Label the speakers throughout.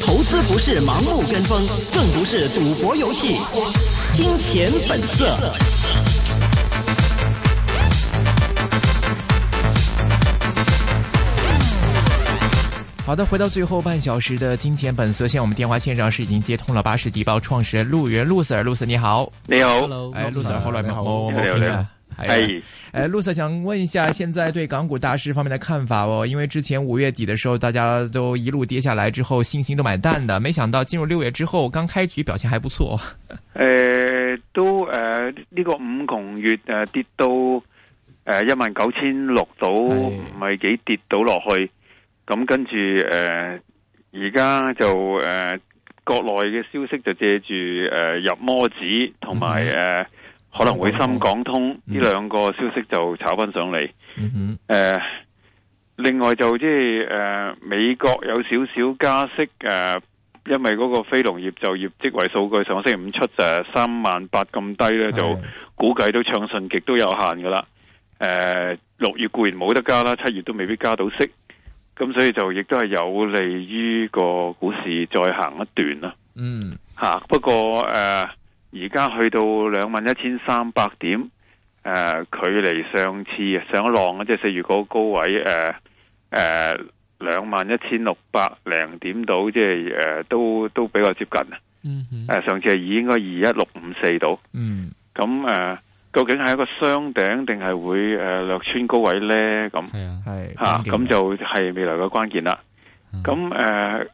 Speaker 1: 投资不是盲目跟风，更不是赌博游戏。金钱本色。
Speaker 2: 好的，回到最后半小时的金钱本色，现在我们电话线上是已经接通了巴士的报创始人陆源陆 Sir，陆 Sir 你好，
Speaker 3: 你好，
Speaker 2: 哎，陆 Sir 好耐
Speaker 4: 你
Speaker 2: 冇
Speaker 4: 好
Speaker 2: 冇
Speaker 3: 你
Speaker 2: 冇
Speaker 3: 好
Speaker 2: 傾
Speaker 3: 你
Speaker 2: 啦
Speaker 3: 好，
Speaker 2: 係啊
Speaker 3: 係
Speaker 2: 哎，陆 Sir 想问一下，现在对港股大市方面的看法哦，因为之前五月底的时候，大家都一路跌下来之后，信心都蛮淡的，没想到进入六月之后，刚开局表现还不错，
Speaker 3: 诶、都诶呢、個个五窮月诶、呃跌到诶一萬九千六到，唔係幾跌到落去。咁跟住诶，而、家就诶、呃、國內嘅消息就借住诶、呃入魔指同埋
Speaker 2: 嗯
Speaker 3: 诶可能會深港通呢
Speaker 2: 嗯
Speaker 3: 兩個消息就炒翻上嚟。
Speaker 2: 嗯哼，
Speaker 3: 诶、呃另外就即系诶，美國有少少加息诶、誒因為嗰個非農業就業職位數據上星期五出就三萬八咁低
Speaker 2: 嗯
Speaker 3: 咧，就
Speaker 2: 哎
Speaker 3: 估計都暢順極都有限噶啦。诶、六月固然冇得加啦，七月都未必加到息，咁所以就亦都係有利於個股市再行一段啦。
Speaker 2: 嗯
Speaker 3: 吓、不過诶，呃而、家去到兩萬一千三百點，诶、距離上次上一浪啊即係四月嗰個高位，诶、呃、诶，两万一千六百零點到，即係诶、呃都都比較接近。诶、
Speaker 2: 嗯哼，
Speaker 3: 上次係應該二一六五四到，
Speaker 2: 嗯
Speaker 3: 咁诶、呃究竟係一個雙頂定係會诶、呃略穿高位咧？咁
Speaker 4: 係啊，
Speaker 2: 係
Speaker 3: 吓，啊咁、就係未來嘅關鍵啦。
Speaker 2: 哎
Speaker 4: 嗯
Speaker 3: 咁誒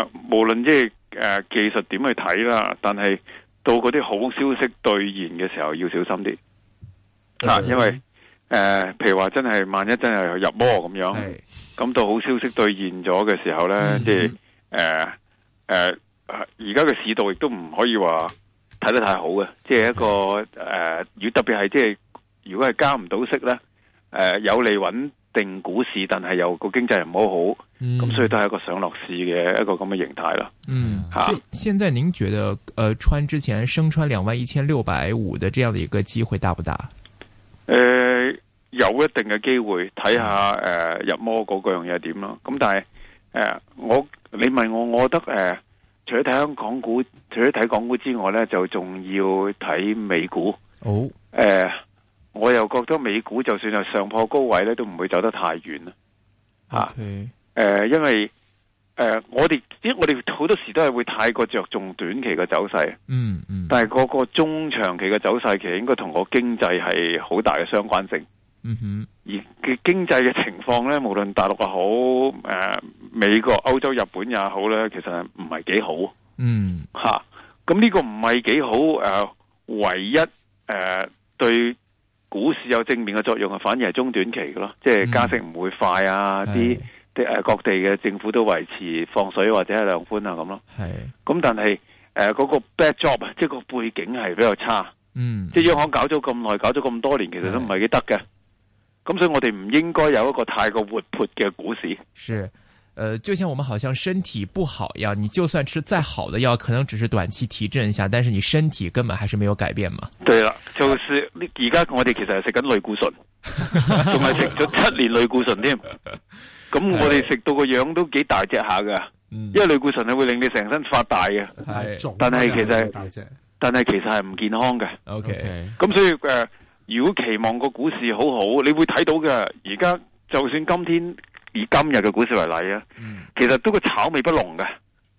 Speaker 3: 誒，無論即係誒技術點去睇啦，但係到嗰啲好消息兌現嘅時候要小心啲啊，因為誒、呃譬如話真係萬一真係入魔咁樣，
Speaker 2: 係
Speaker 3: 咁到好消息兌現咗嘅時候咧
Speaker 2: 嗯，
Speaker 3: 呃即係誒誒，而家嘅市道亦都唔可以話睇得太好嘅，即係一個誒，呃如、特別係即係如果係加唔到息咧，誒、有利穩定股市，但係又個經濟唔好好。咁所以都係一個上落市嘅一個咁嘅形態啦。
Speaker 2: 嗯。
Speaker 3: 吓、
Speaker 2: 所以现在您觉得，呃，穿之前升穿两万一千六百五的这样的一个机会大不大？
Speaker 3: 诶、呃有一定嘅機會睇下诶入魔嗰個樣嘢點咯。咁但係诶、誒我你問我，我覺得诶、誒除咗睇香港股，除咗睇港股之外咧，就仲要睇美股。
Speaker 2: 哦，
Speaker 3: 诶、我又覺得美股就算係上破高位咧，都唔會走得太遠啦。吓、
Speaker 2: OK，
Speaker 3: 诶、因為诶、誒我哋因為我哋好多時都係會太過着重短期嘅走勢。
Speaker 2: 嗯嗯，
Speaker 3: 但係嗰個中長期嘅走勢，其實應該同個經濟係好大嘅相關性。
Speaker 2: 嗯哼，
Speaker 3: 而嘅經濟嘅情況呢，無論大陸又好，誒、美國、歐洲、日本也好呢，其實係唔係幾好
Speaker 2: 嗯
Speaker 3: 嚇。咁、呢個唔係幾好誒、呃唯一誒、呃、對股市有正面嘅作用啊，反而係中短期嘅咯，即係加息唔會快啊，啲
Speaker 2: 系
Speaker 3: 啲誒各地嘅政府都維持放水或者係量寬啊咁咯。
Speaker 2: 系，
Speaker 3: 咁但係誒嗰個 backdrop 啊即係個背景係比較差。
Speaker 2: 嗯
Speaker 3: 即係央行搞咗咁耐，搞咗咁多年，其實都唔係幾得嘅。咁所以我哋唔應該有一個太過活潑嘅股市。
Speaker 2: 是，呃，就像我们好像身体不好一样，你就算吃再好的药，可能只是短期提振一下，但是你身体根本还是没有改变嘛。
Speaker 3: 對啦，就是呢而家我哋其實係食緊類固 醇，仲係食咗七年類固醇添。咁我哋食到個樣都幾大隻下噶，
Speaker 2: 嗯
Speaker 3: 因為類固醇係會令你成身發大嘅，
Speaker 4: 係
Speaker 3: 但係其實
Speaker 4: 大隻
Speaker 3: 但係其實係唔健康嘅。
Speaker 2: ，OK，
Speaker 3: 咁所以誒、呃如果期望個股市好好，你會睇到嘅。而家就算今天以今日嘅股市為例啊，
Speaker 2: 嗯
Speaker 3: 其實都個炒味不濃嘅。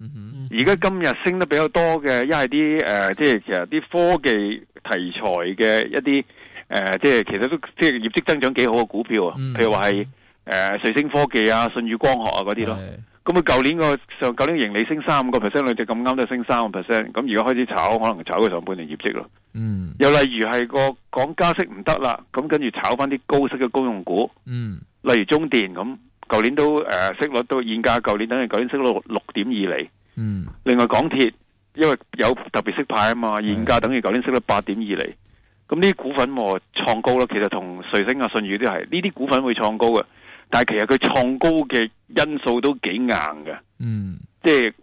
Speaker 2: 嗯哼，
Speaker 3: 而家今日升得比較多嘅，一係啲誒，即係其實啲科技題材嘅一啲誒、呃即係其實都即係業績增長幾好嘅股票啊，
Speaker 2: 嗯
Speaker 3: 譬如話係誒瑞星科技啊、舜宇光學啊嗰啲咯。
Speaker 2: 係
Speaker 3: 咁佢舊年個上舊年盈利升三五個 percent，兩隻咁啱都升三個 percent，咁而家開始炒，可能炒佢上半年業績咯。
Speaker 2: 嗯
Speaker 3: 又例如係個講加息唔得啦，咁跟住炒翻啲高息嘅公用股，
Speaker 2: 嗯
Speaker 3: 例如中電咁，舊年都誒、呃息率都現價，舊年等於舊年息率六點二厘。
Speaker 2: 嗯
Speaker 3: 另外港鐵因為有特別息派啊嘛，現價等於舊年息率八點二厘，咁呢啲股份喎創高啦，其實同瑞星啊、信宇都係呢啲股份會創高嘅，但係其實佢創高嘅因素都幾硬嘅，
Speaker 2: 嗯
Speaker 3: 即係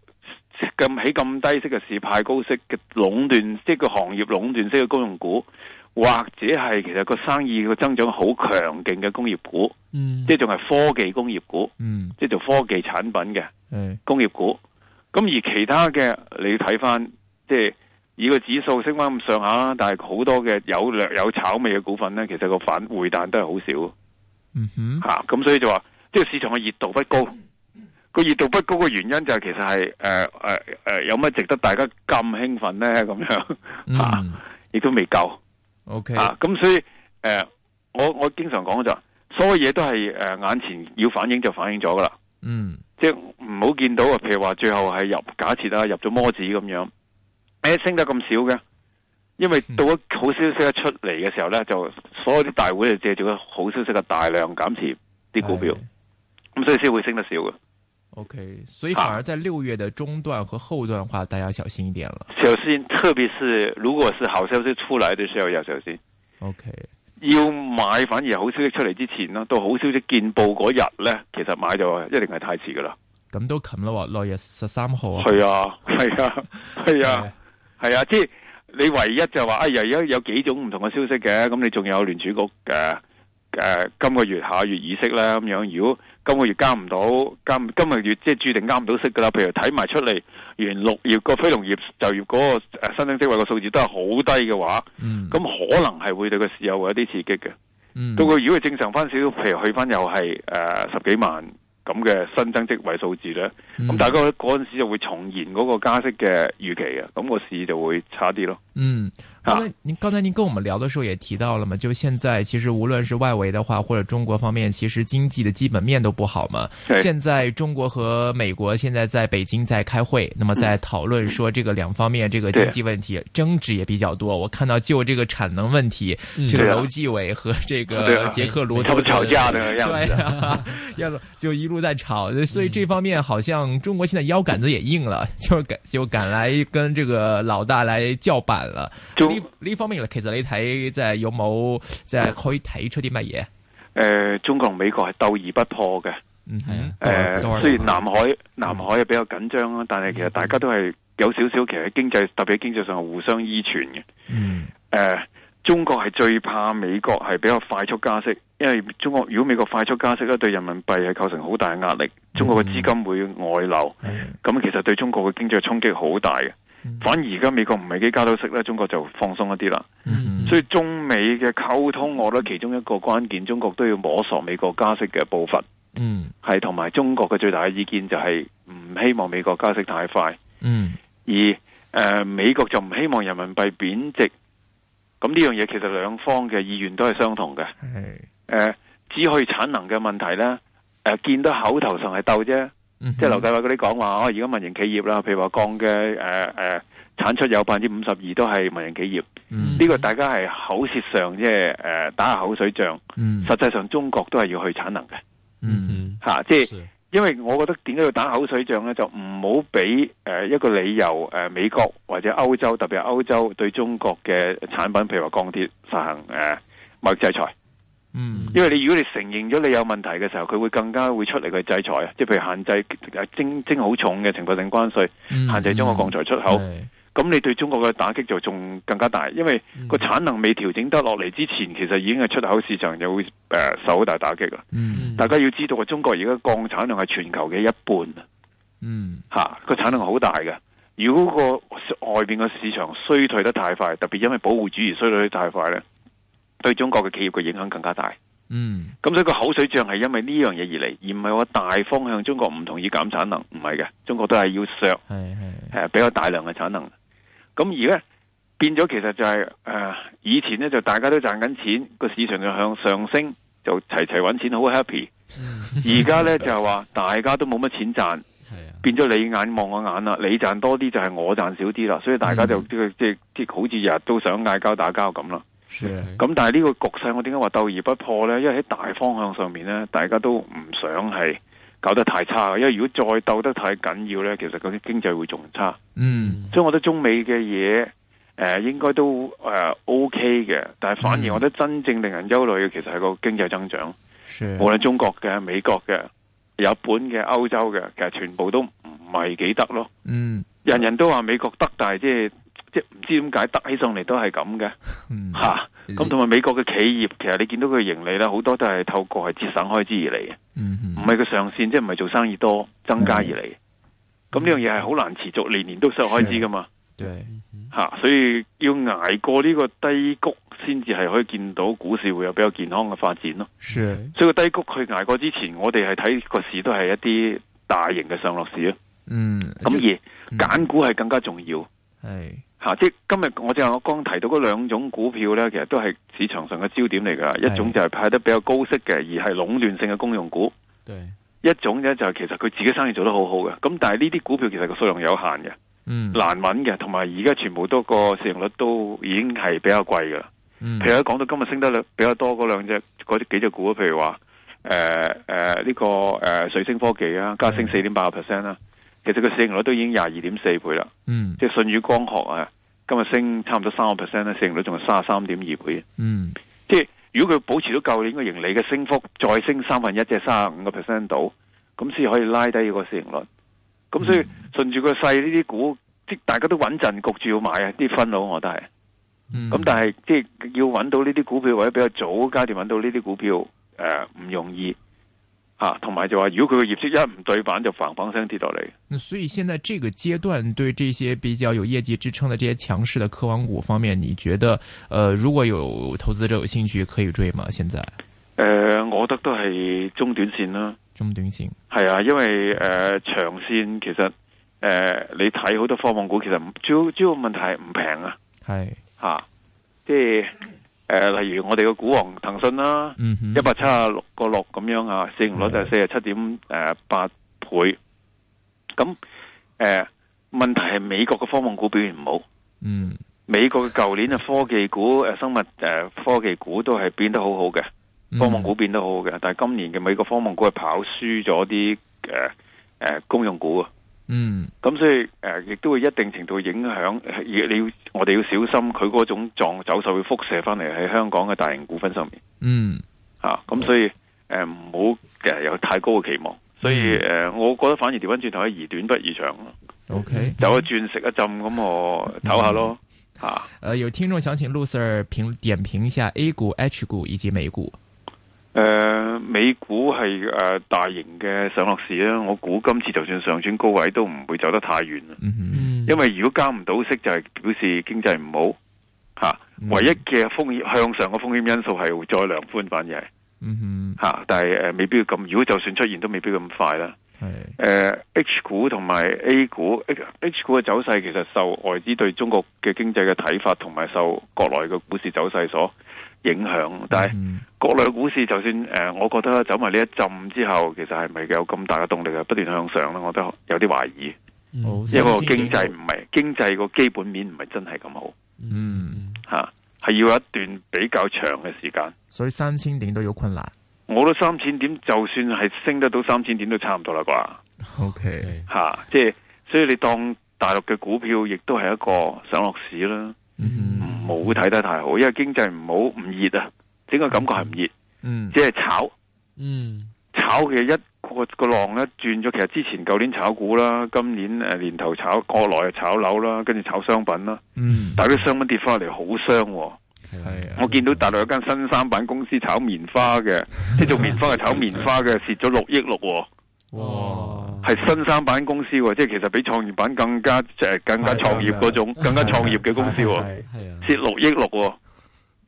Speaker 3: 咁起咁低息嘅市派高息嘅壟斷，即係個行業壟斷式嘅公用股，或者係其實個生意個增長好強勁嘅工業股，
Speaker 2: 嗯
Speaker 3: 即係仲係科技工業股，
Speaker 2: 嗯，哎
Speaker 3: 即係做科技產品嘅
Speaker 2: 係
Speaker 3: 工業股。咁而其他嘅你要睇翻，即係以個指數升翻咁上下，但係好多嘅有略有炒味嘅股份呢，其實個反回彈都係好少。
Speaker 2: 嗯哼，
Speaker 3: 吓，咁、所以就話，即係市場嘅熱度不高。個熱度不高嘅原因就係其實係誒誒誒，有乜值得大家咁興奮咧？咁樣 吓，
Speaker 2: 嗯
Speaker 3: 亦、都未夠
Speaker 2: ，OK，
Speaker 3: 吓。啊啊咁、所以誒、呃我我經常講就話，所有嘢都係誒、呃眼前要反映就反映咗噶啦，
Speaker 2: 嗯
Speaker 3: 即係唔好見到啊。譬如話最後係入假設啦，入咗魔指咁樣，誒、升得咁少嘅，因為到咗好消息一出嚟嘅時候咧，就所有啲大會就借住個好消息嘅大量減持啲股票。咁所以先會升得少嘅。
Speaker 2: 哎，OK，所以
Speaker 3: 啊
Speaker 2: 反而在六月的中段和后段的话，大家小心一点了
Speaker 3: 小心，特別是如果是好消息出來嘅時候要小心，
Speaker 2: ，OK，
Speaker 3: 要買反而好消息出嚟之前咯，到好消息見報嗰日咧，其實買就一定係太遲噶啦。
Speaker 2: 咁都冚啦喎，六月十三號啊，
Speaker 3: 係啊，係啊，係啊，係啊，即係你唯一就話，哎呀，而家有幾種唔同嘅消息嘅，咁你仲有聯儲局嘅。誒、今個月下月議息啦，咁樣如果今個月加唔到，今今個月即係注定加唔到息噶啦。譬如睇埋出嚟，原六月個非農業就業嗰個呃新增職位個數字都係好低嘅話，
Speaker 2: 嗯，
Speaker 3: 咁可能係會對個市有一啲刺激嘅。
Speaker 2: 嗯
Speaker 3: 到佢如果佢正常翻少少，譬如去翻又係誒十幾萬咁嘅新增職位數字咧，咁、
Speaker 2: 嗯
Speaker 3: 大家嗰陣時就會重現嗰個加息嘅預期啊，咁、個市就會差啲咯。
Speaker 2: 嗯，刚才您刚才您跟我们聊的时候也提到了嘛，就现在其实无论是外围的话，或者中国方面，其实经济的基本面都不好嘛。
Speaker 3: 係
Speaker 2: 现在中国和美国现在在北京在开会，那么在讨论说这个两方面这个经济问题争执也比较多。我看到就这个产能问题，这个
Speaker 3: 对啊
Speaker 2: 楼继伟和这
Speaker 3: 对
Speaker 2: 个
Speaker 3: 啊
Speaker 2: 杰克罗
Speaker 3: 他
Speaker 2: 都
Speaker 3: 們吵架的樣
Speaker 2: 对
Speaker 3: 子。 嗯
Speaker 2: 啊，要不就一路在吵，所以这方面好像中国现在腰杆子也硬了， 就敢就敢来跟这个老大来叫板了。
Speaker 3: 中
Speaker 2: 呢呢方面其實你睇即係有冇即係可以睇出啲乜嘢？
Speaker 3: 誒、呃中國同美國係鬥而不破嘅。
Speaker 2: 嗯哼，
Speaker 3: 誒、
Speaker 2: 當然
Speaker 3: 雖然南海南海係比較緊張啦，啊但
Speaker 2: 嗯
Speaker 3: 係其實大家都係有少少其實經濟特別喺經濟上係互相依存嘅。
Speaker 2: 嗯
Speaker 3: 誒、中國係最怕美國係比較快速加息，因為中國如果美國快速加息咧，對人民幣係構成好大嘅壓力，中國嘅資金會外流，
Speaker 2: 係
Speaker 3: 咁其實對中國嘅經濟衝擊好大嘅
Speaker 2: 嗯。
Speaker 3: 反而而家美國唔係幾加到息咧，中國就放鬆一啲啦。
Speaker 2: 嗯
Speaker 3: 所以中美嘅溝通，我覺得其中一個關鍵，中國都要摸索美國加息嘅步伐，
Speaker 2: 嗯
Speaker 3: 係同埋中國嘅最大嘅意見就係唔希望美國加息太快。
Speaker 2: 嗯
Speaker 3: 而誒、呃美國就唔希望人民幣貶值，咁呢樣嘢其實兩方嘅意願都係相同嘅。誒、
Speaker 2: 係
Speaker 3: 呃只去產能嘅問題呢，誒、見到口頭上係鬥啫，
Speaker 2: 嗯
Speaker 3: 即係劉繼偉嗰啲講話，哦，而家民營企業啦，譬如話降嘅誒誒產出有百分之五十二都係民營企業，呢、
Speaker 2: 嗯
Speaker 3: 個大家係口舌上即係誒打下口水仗，
Speaker 2: 嗯
Speaker 3: 實際上中國都係要去產能嘅
Speaker 2: 嗯
Speaker 3: 嚇、即係。
Speaker 4: 是
Speaker 3: 因為我覺得點解要打口水仗呢？就唔好俾誒一個理由誒、呃美國或者歐洲，特別係歐洲對中國嘅產品，譬如話鋼鐵實行誒貿易制裁。
Speaker 2: 嗯
Speaker 3: 因為你如果你承認咗你有問題嘅時候，佢會更加會出嚟去制裁啊，即係譬如限制呃徵徵好重嘅懲罰性關稅，
Speaker 2: 嗯
Speaker 3: 限制中國鋼材出口。
Speaker 2: 係
Speaker 3: 咁你對中國嘅打擊就仲更加大，因為
Speaker 2: 嗯
Speaker 3: 個產能未調整得落嚟之前，其實已經係出口市場就會誒、呃受好大打擊啦。
Speaker 2: 嗯
Speaker 3: 大家要知道啊，中國而家鋼產量係全球嘅一半。
Speaker 2: 嗯
Speaker 3: 吓個產量好大嘅。如果個外邊嘅市場衰退得太快，特別因為保護主義衰退得太快咧，對中國嘅企業嘅影響更加大。
Speaker 2: 嗯
Speaker 3: 咁所以個口水仗係因為呢樣嘢而嚟，而唔係話大方向中國唔同意減產能，唔係嘅，中國都係要削誒、
Speaker 2: 係係
Speaker 3: 呃比較大量嘅產能。咁而家變咗其實就係、呃以前咧就大家都賺緊錢，個市場就向上升，就齊齊揾錢好 happy。而家咧就係話大家都冇乜錢賺。
Speaker 4: 係啊，
Speaker 3: 變咗你眼望我眼啦，你賺多啲就係我賺少啲啦，所以大家就
Speaker 2: 嗯
Speaker 3: 即係即係即係好似日日都想嗌交打交咁啦。
Speaker 2: 是
Speaker 3: 咁但係呢個局勢，我點解話鬥而不破呢？因為喺大方向上面呢，大家都唔想係搞得太差，因為如果再鬥得太緊要呢，其實佢經濟會仲差。
Speaker 2: 嗯
Speaker 3: 所以我覺得中美嘅嘢誒應該都誒、呃 OK 嘅，但係反
Speaker 2: 嗯
Speaker 3: 而我覺得真正令人憂慮嘅其實係個經濟增長。
Speaker 2: 是
Speaker 3: 無論中國嘅、美國嘅、日本嘅、歐洲嘅，其實全部都唔係幾得咯。
Speaker 2: 嗯
Speaker 3: 人人都話美國得，但係即係即係唔知點解得起上嚟都係咁嘅
Speaker 2: 嗯
Speaker 3: 吓。咁同埋美國嘅企業，其實你見到佢嘅盈利咧，好多都係透過係節省開支而嚟嘅，
Speaker 2: 嗯嗯
Speaker 3: 唔係佢上線，即係唔係做生意多增加而嚟嘅。咁呢樣嘢係好難持續，年年都上開支噶嘛
Speaker 2: 對，
Speaker 3: 吓，所以要捱過呢個低谷，先至係可以見到股市會有比較健康嘅發展咯。
Speaker 2: 是，
Speaker 3: 所以個低谷去捱過之前，我哋係睇個市都係一啲大型嘅上落市咯。
Speaker 2: 嗯，就
Speaker 3: 咁而
Speaker 2: 嗯哎
Speaker 3: 揀股係更加重要。
Speaker 2: 係
Speaker 3: 吓、即係今日我正話我剛提到嗰兩種股票咧，其實都係市場上嘅焦點嚟㗎。一種就係派得比較高息嘅，而係壟斷性嘅公用股；
Speaker 4: 对，
Speaker 3: 一種咧就係其實佢自己生意做得好好嘅。咁但係呢啲股票其實個數量有限嘅，
Speaker 2: 嗯
Speaker 3: 難揾嘅，同埋而家全部都個市盈率都已經係比較貴㗎啦。
Speaker 2: 嗯
Speaker 3: 譬如講到今日升得比較多嗰兩隻嗰幾隻股，譬如話誒誒呢個誒、呃水星科技啊，加升四點八個 percent 啦，其實個市盈率都已經廿二點四倍啦。
Speaker 2: 嗯
Speaker 3: 即係舜宇光學啊，今日升差唔多三個 percent 咧，市盈率仲係三十三點二倍。
Speaker 2: 嗯
Speaker 3: 即係如果佢保持到舊年嘅盈利嘅升幅，再升三分一，即係三十五個 percent 度，咁先可以拉低個市盈率。咁所以順住個勢，呢啲股即係大家都穩陣，焗住要買啊！啲分佬我覺得係。
Speaker 2: 嗯，
Speaker 3: 咁但係即係要揾到呢啲股票或者比較早階段揾到呢啲股票，誒、唔容易啊。同埋就話，如果佢嘅業績一唔對版，就砰砰聲跌落嚟。
Speaker 2: 那所以现在这个阶段，对这些比较有业绩支撑的这些强势的科网股方面，你觉得呃，如果有投资者有兴趣，可以追吗？现在
Speaker 3: 誒、呃我覺得都係中短線啦。
Speaker 2: 中短线，
Speaker 3: 係啊，因為誒、呃、長線其實誒、呃你睇好多科網股，其實唔主要主要問題係唔平啊
Speaker 2: 系，
Speaker 3: 嚇、即係誒、呃例如我哋嘅股王騰訊啦，
Speaker 2: 嗯哼，
Speaker 3: 一百七十六個六咁樣啊，市盈率就係四十七點誒八倍。咁誒、呃、問題係美國嘅科網股表現唔好，
Speaker 2: 嗯
Speaker 3: 美國嘅舊年嘅科技股、誒生物誒、呃科技股都係變得好好嘅。
Speaker 2: 嗯
Speaker 3: 科網股變得好好嘅，但係今年嘅美國科網股係跑輸咗啲誒誒公用股啊，
Speaker 2: 嗯
Speaker 3: 咁所以誒亦、都會一定程度影響，而你要我哋要小心佢嗰種撞走勢會輻射翻嚟喺香港嘅大型股份上面
Speaker 2: 嗯
Speaker 3: 啊，咁所以誒唔好誒有太高嘅期望，所以誒、呃我覺得反而調翻轉頭係宜短不宜長咯，
Speaker 2: ，OK，嗯
Speaker 3: 走一轉食一浸咁我唞下咯嚇。啊
Speaker 2: 呃，有听众想请陆 Sir 评点评一下 A 股、H 股以及美股。
Speaker 3: 诶、呃美股係诶、呃大型嘅上落市啦，我估今次就算上穿高位都唔會走得太遠啦，啊
Speaker 2: 嗯哼，
Speaker 4: 嗯，
Speaker 3: 因為如果加唔到息就係表示經濟唔好吓、
Speaker 2: 嗯
Speaker 3: 唯一嘅風險向上嘅風險因素係會再量寬，反而係
Speaker 2: 嗯
Speaker 3: 吓、但係诶、呃未必要咁，如果就算出現都未必咁快啦。
Speaker 2: 哼，系，
Speaker 3: 诶、h 呃股同埋 A 股，H H 股嘅走勢其實受外資對中國嘅經濟嘅睇法，同埋受國內嘅股市走勢所影響，但係。
Speaker 2: 嗯
Speaker 3: 國內股市就算誒、呃我覺得走埋呢一浸之後，其實係咪有咁大嘅動力係不斷向上咧？我都有啲懷疑，
Speaker 4: 嗯
Speaker 2: 好
Speaker 3: 因為個
Speaker 4: 三千
Speaker 3: 經
Speaker 4: 幾
Speaker 3: 濟唔係經濟個基本面唔係真係咁好
Speaker 2: 嗯，
Speaker 3: 嚇，係、要有一段比較長嘅時間。
Speaker 2: 所以三千点都有困難。
Speaker 3: 我覺得三千點就算係升得到三千點都差唔多啦啩
Speaker 2: OK，
Speaker 4: 对，
Speaker 3: 嚇、即係所以你當大陸嘅股票亦都係一個上落市啦，
Speaker 2: 嗯哼，
Speaker 3: 唔好睇得太好，因為經濟唔好唔熱啊，整個感覺係唔熱，
Speaker 2: 嗯
Speaker 3: 只係炒。
Speaker 4: 嗯，
Speaker 3: 炒嘅一個個浪咧轉咗，其實之前舊年炒股啦，今年誒年頭炒國內炒樓啦，跟住炒商品啦，
Speaker 2: 嗯，
Speaker 3: 但係啲商品跌翻落嚟好傷喎。
Speaker 4: 系
Speaker 2: 係啊
Speaker 3: 我見到大陸有間新三板公司炒棉花嘅，即係做棉花嘅炒棉花嘅，蝕咗六億六喎，
Speaker 4: 哇，
Speaker 3: 係新三板公司喎，即係其實比創業板更加誒更加創業嗰種更加創業嘅公司喎。
Speaker 4: 系啊，
Speaker 3: 蝕六億六喎，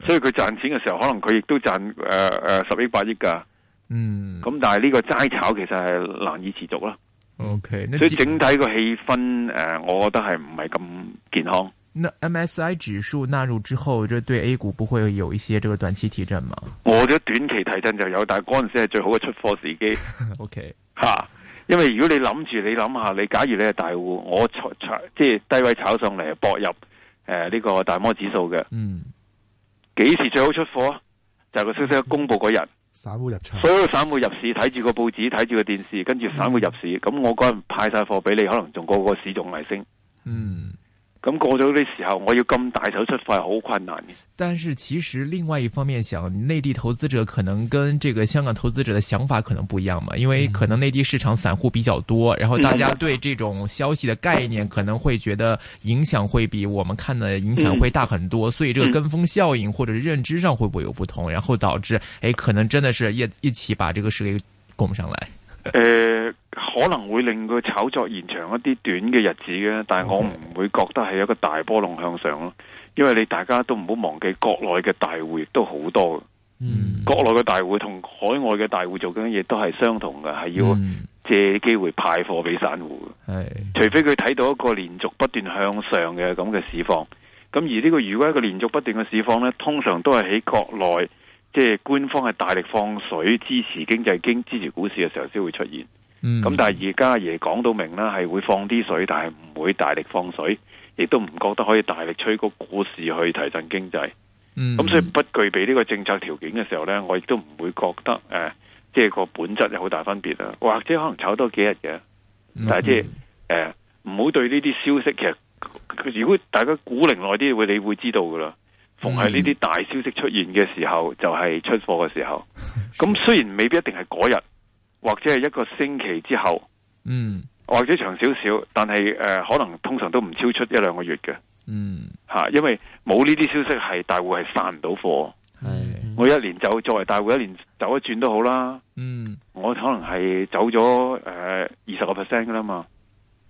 Speaker 3: 所以佢賺錢嘅時候，可能佢亦都賺誒誒十億八億㗎。
Speaker 2: 嗯
Speaker 3: 咁但係呢個齋炒其實係難以持續啦。
Speaker 2: ，OK，那
Speaker 3: 所以
Speaker 2: 基
Speaker 3: 整體個氣氛，诶、我覺得係唔係咁健康。
Speaker 2: 那 MSI 指数纳入之后，这对 A 股不会有一些这个短期提振吗
Speaker 3: 我覺得短期提振就有，但係嗰阵时系最好嘅出貨時機
Speaker 2: ？OK，
Speaker 3: 吓、因為如果你諗住，你諗下，你假如你係大戶，我炒炒即係低位炒上嚟搏入诶呢、個大摩指數嘅，
Speaker 2: 嗯
Speaker 3: 幾時最好出貨啊？就係個消息一公布嗰日，
Speaker 5: 散户入場
Speaker 3: 所有散戶入市，睇住個報紙，睇住個電視，跟住散戶入市，咁我嗰日派晒貨俾你，可能仲個個市仲嚟升。
Speaker 2: 嗯
Speaker 3: 咁咁過咗呢時候，我要咁大手出費好困難嘅。
Speaker 2: 但是其实另外一方面想，内地投资者可能跟这个香港投资者的想法可能不一样嘛，因为可能内地市场散户比较多，然后大家对这种消息的概念可能会觉得影响会比我们看的影响会大很多，所以这个跟风效应或者是认知上会不会有不同，然后导致哎可能真的是一一起把这个事给拱上来。
Speaker 3: 诶、呃可能會令佢炒作延長一啲短嘅日子嘅，但係我唔會覺得係一個大波浪向上咯。因為你大家都唔好忘記，國內嘅大户亦都好多嘅，
Speaker 4: 嗯
Speaker 3: 國內嘅大户同海外嘅大户做緊嘅嘢都係相同嘅，係要
Speaker 2: 嗯
Speaker 3: 借機會派貨俾散户嘅。
Speaker 2: 哎
Speaker 3: 除非佢睇到一個連續不斷向上嘅咁嘅市況，咁而呢個如果一個連續不斷嘅市況呢，通常都係喺國內，即係官方係大力放水支持經濟、經支持股市嘅時候先會出現。
Speaker 4: Ừ.
Speaker 2: 嗯
Speaker 3: 咁但係而家阿爺講到明啦，係會放啲水，但係唔會大力放水，亦都唔覺得可以大力吹高股市去提振經濟。
Speaker 2: 嗯
Speaker 3: 咁所以不具備呢個政策條件嘅時候呢，我亦都唔會覺得誒、呃即係個本質有好大分別啊，或者可能炒多幾日嘅。但係即係誒，呃唔好對呢啲消息其實佢如果大家估靈耐啲，會你會知道噶啦。逢係呢啲大消息出現嘅時候，就係、出貨嘅時候。咁雖然未必一定係嗰日，或者係一個星期之後，
Speaker 2: 嗯
Speaker 3: 或者長少少，但係誒、呃可能通常都唔超出一兩個月嘅
Speaker 2: 嗯
Speaker 3: 嚇、因為冇呢啲消息係大戶係散唔到貨。
Speaker 2: 哎
Speaker 3: 我一年走，作為大戶一年走一轉都好啦，
Speaker 2: 嗯
Speaker 3: 我可能係走咗誒呃二十個 percent 噶啦嘛。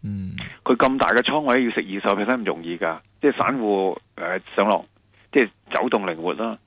Speaker 2: 嗯
Speaker 3: 佢咁大嘅倉位要食二十 percent 唔容易噶，即係散户誒、呃上落，即係走動靈活啦。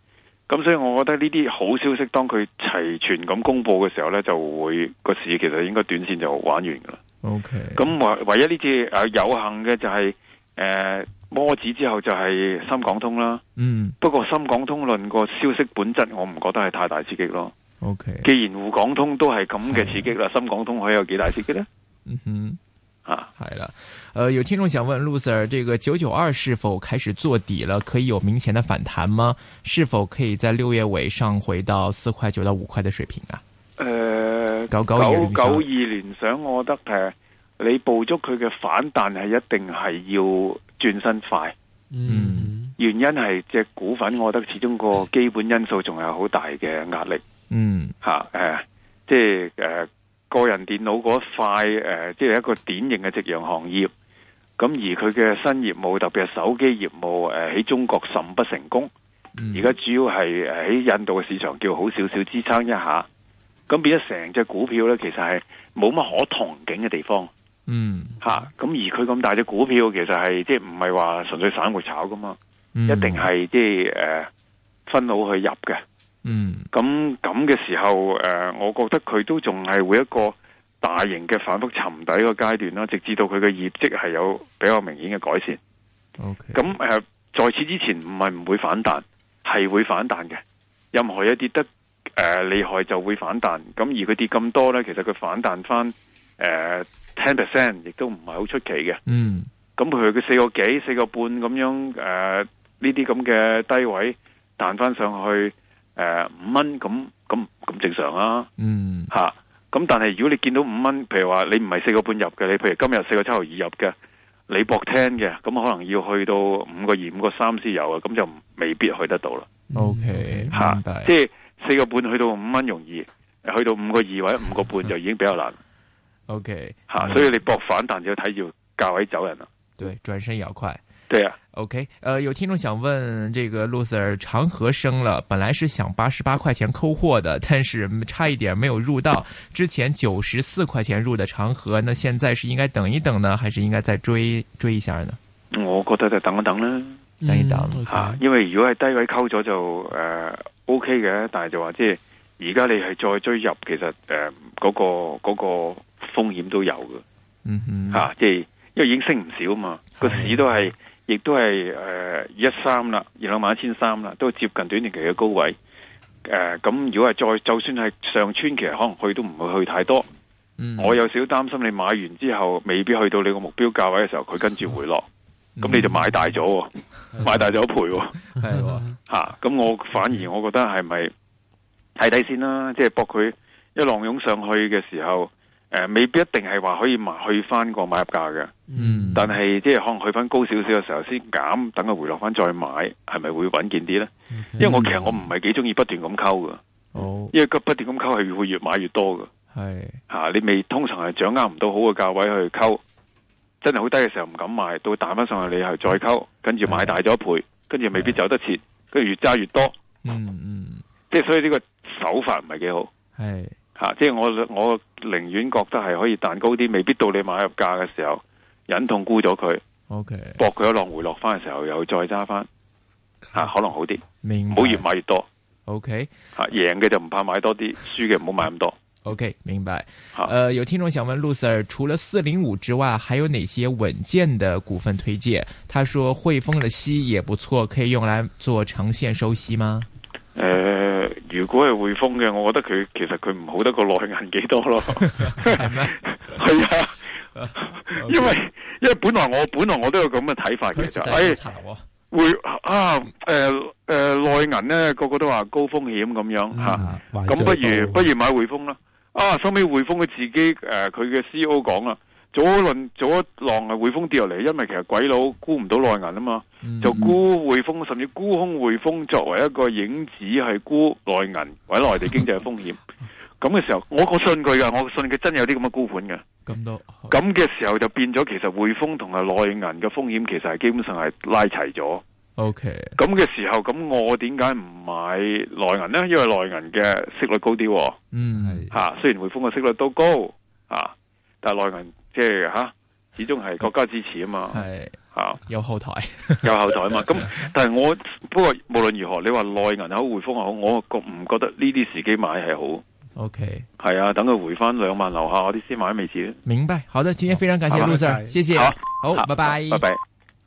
Speaker 3: 咁所以我覺得呢啲好消息，當佢齊全咁公佈嘅時候呢，就會個市其實應該短線就玩完噶啦。
Speaker 2: OK
Speaker 3: 咁唯唯一呢次誒有幸嘅就係、呃摩指之後就係深港通啦。
Speaker 2: 嗯
Speaker 3: 不過深港通論個消息本質，我唔覺得係太大刺激咯。
Speaker 2: OK
Speaker 3: 既然滬港通都係咁嘅刺激啦，深港通可以有幾大刺激呢？
Speaker 2: 嗯哼。
Speaker 3: 啊！
Speaker 2: 好了，呃，有听众想问陆 Sir，这个九九二是否开始做底了？可以有明显的反弹吗？是否可以在六月尾上回到四块九到五块的水平啊？
Speaker 3: 诶，
Speaker 2: 九九二聯
Speaker 3: 呃
Speaker 2: 想
Speaker 3: 九九二聯想，我覺得诶，你捕捉佢嘅反彈係一定係要轉身快。
Speaker 4: 嗯
Speaker 3: 原因係只股份，我覺得始終個基本因素仲係好大嘅壓力
Speaker 2: 嗯
Speaker 3: 吓。诶、即係诶、誒個人電腦嗰一塊诶、誒即係一個典型嘅夕陽行業。咁而佢嘅新業務，特別係手機業務，诶、喺中國甚不成功。
Speaker 2: 嗯，
Speaker 3: 而家主要係誒喺印度嘅市場叫好少少支撐一下，咁變咗成隻股票呢，其實係冇乜可憧憬嘅地方
Speaker 2: 嗯
Speaker 3: 嚇。咁、而佢咁大隻股票，其實係即係唔係話純粹散戶炒噶嘛，
Speaker 2: 嗯
Speaker 3: 一定係即係誒分佬去入嘅。
Speaker 2: 嗯
Speaker 3: 咁咁嘅時候，誒、呃我覺得佢都仲係會一個大型嘅反覆沉底個階段啦，直至到佢嘅業績係有比較明顯嘅改善。
Speaker 2: OK
Speaker 3: 咁誒、呃在此之前唔係唔會反彈，係會反彈嘅。任何一跌得誒、呃、厲害就會反彈。咁而佢跌咁多呢，其實佢反彈翻誒 ten percent 亦都唔係好出奇嘅。
Speaker 2: 嗯
Speaker 3: 咁譬如佢四個幾、四個半咁樣誒呃呢啲咁嘅低位彈翻上去誒五蚊，咁咁咁正常啊
Speaker 2: 嗯
Speaker 3: 嚇。咁但係如果你見到五蚊，譬如話你唔係四個半入嘅，你譬如今日四個七毫二入嘅，你博聽嘅，咁可能要去到五個二、五個三先有啊，咁就未必去得到啦
Speaker 2: 嗯 OK
Speaker 3: 嚇、
Speaker 2: 明白
Speaker 3: 即係四個半去到五蚊容易，去到五個二或者五個半就已經比較難
Speaker 2: OK
Speaker 3: 嚇、
Speaker 2: 嗯
Speaker 3: 所以你博反彈就要睇住價位走人啦。
Speaker 2: 对，转身也要快。
Speaker 3: 對啊，
Speaker 2: OK，呃，有听众想问这个陆 Sir，长和升了，本来是想八十八块钱抠货的，但是差一点没有入到。之前九十四块钱入的长和，那现在是应该等一等呢，还是应该再追追一下呢？
Speaker 3: 我覺得就等一等啦
Speaker 4: 嗯，
Speaker 2: 等一等
Speaker 3: 嚇、啊因為如果係低位溝咗就誒、呃 OK 嘅，但係就話即係而家你係再追入，其實誒嗰、個嗰、個風險都有嘅。
Speaker 2: 嗯哼，
Speaker 3: 吓、即係因為已經升唔少嘛，個
Speaker 2: 係
Speaker 3: 市都係，亦都係诶一三啦，二兩萬一千三啦，都接近短期期嘅高位。诶、咁如果係再就算係上穿，其實可能去都唔會去太多。
Speaker 2: 嗯，
Speaker 3: 我有少少擔心你買完之後，未必去到你個目標價位嘅時候，佢跟住回落，
Speaker 2: 嗯
Speaker 3: 咁你就買大咗 喎，買大咗一倍喎。
Speaker 2: 系喎，
Speaker 3: 吓，咁、我反而我覺得係咪睇睇先啦，即係搏佢一浪湧上去嘅時候，诶、未必一定係話可以買去翻個買入價嘅，
Speaker 2: 嗯，
Speaker 3: 但係即係可能去翻高少少嘅時候先減，等佢回落翻再買，係咪會穩健啲呢？因為我其實我唔係幾中意不斷咁溝嘅，
Speaker 2: 好
Speaker 3: 因為佢不斷咁溝係會越買越多嘅。
Speaker 2: 係
Speaker 3: 吓、你未通常係掌握唔到好嘅價位去溝，真係好低嘅時候唔敢買，到彈翻上去你係再溝，跟住買大咗一倍，跟住未必走得切，跟住越揸越多，
Speaker 2: 嗯嗯哎
Speaker 3: 即係所以呢個手法唔係幾好。
Speaker 2: 係
Speaker 3: 吓、即係我我宁愿觉得係可以彈高啲，未必到你買入價嘅時候，忍痛沽咗佢，
Speaker 2: OK，
Speaker 3: 搏佢一浪回落翻嘅時候，又再揸翻，吓、可能好啲，
Speaker 2: 明白
Speaker 3: 唔好越買越多，
Speaker 2: OK
Speaker 3: 吓、贏嘅就唔怕買多啲，輸嘅唔好買咁多，
Speaker 2: OK 明白。
Speaker 3: 吓、
Speaker 2: 呃，有听众想问陆 Sir，除了四零五之外，还有哪些稳健的股份推荐？他说汇丰的息也不错，可以用来做长线收息 吗？
Speaker 3: 诶、如果係匯豐嘅，我覺得佢其實佢唔好得個內銀幾多咯，
Speaker 2: 哎
Speaker 3: 係啊， 因為因為本來我本來我都有咁嘅睇法嘅，就哎诶
Speaker 2: 查喎，
Speaker 3: 匯啊呃诶诶內銀咧個個都話高風險咁樣吓。
Speaker 4: 啊，壞
Speaker 3: 咁
Speaker 4: 咗
Speaker 3: 不如
Speaker 4: 都
Speaker 3: 不如買匯豐啦。啊，收尾匯豐佢自己诶，佢嘅 C E O 講啦，早一輪早一浪啊，匯豐跌落嚟，因為其實鬼佬沽唔到內銀啊嘛，
Speaker 2: 嗯
Speaker 3: 就沽匯豐，甚至沽空匯豐作為一個影子係沽內銀或者內地經濟嘅風險。咁嘅時候，我我信佢噶，我信佢真有啲咁嘅沽盤嘅。
Speaker 2: 咁多
Speaker 3: 咁嘅時候就變咗，其實匯豐同埋內銀嘅風險其實係基本上係拉齊咗。
Speaker 2: OK
Speaker 3: 咁嘅時候，咁我點解唔買內銀呢？因為內銀嘅息率高啲、喎。
Speaker 2: 嗯
Speaker 3: 吓、雖然匯豐嘅息率都高啊，但係內銀即係吓，始終係國家支持啊嘛，
Speaker 2: 係
Speaker 3: 吓、
Speaker 2: 哎有後台
Speaker 3: 有後台 啊嘛。咁但係我不過無論如何，你話內銀又好匯豐又好，我覺唔覺得呢啲時機買係好？
Speaker 2: OK
Speaker 3: 係啊，等佢回翻兩萬樓下嗰啲先買未遲啊
Speaker 2: 明白。好的，今天非常感
Speaker 3: 好
Speaker 2: 谢
Speaker 3: 吧
Speaker 2: 陆 Sir，
Speaker 4: 拜拜
Speaker 2: 谢谢，
Speaker 3: 好
Speaker 2: 好，拜拜
Speaker 3: 拜。拜。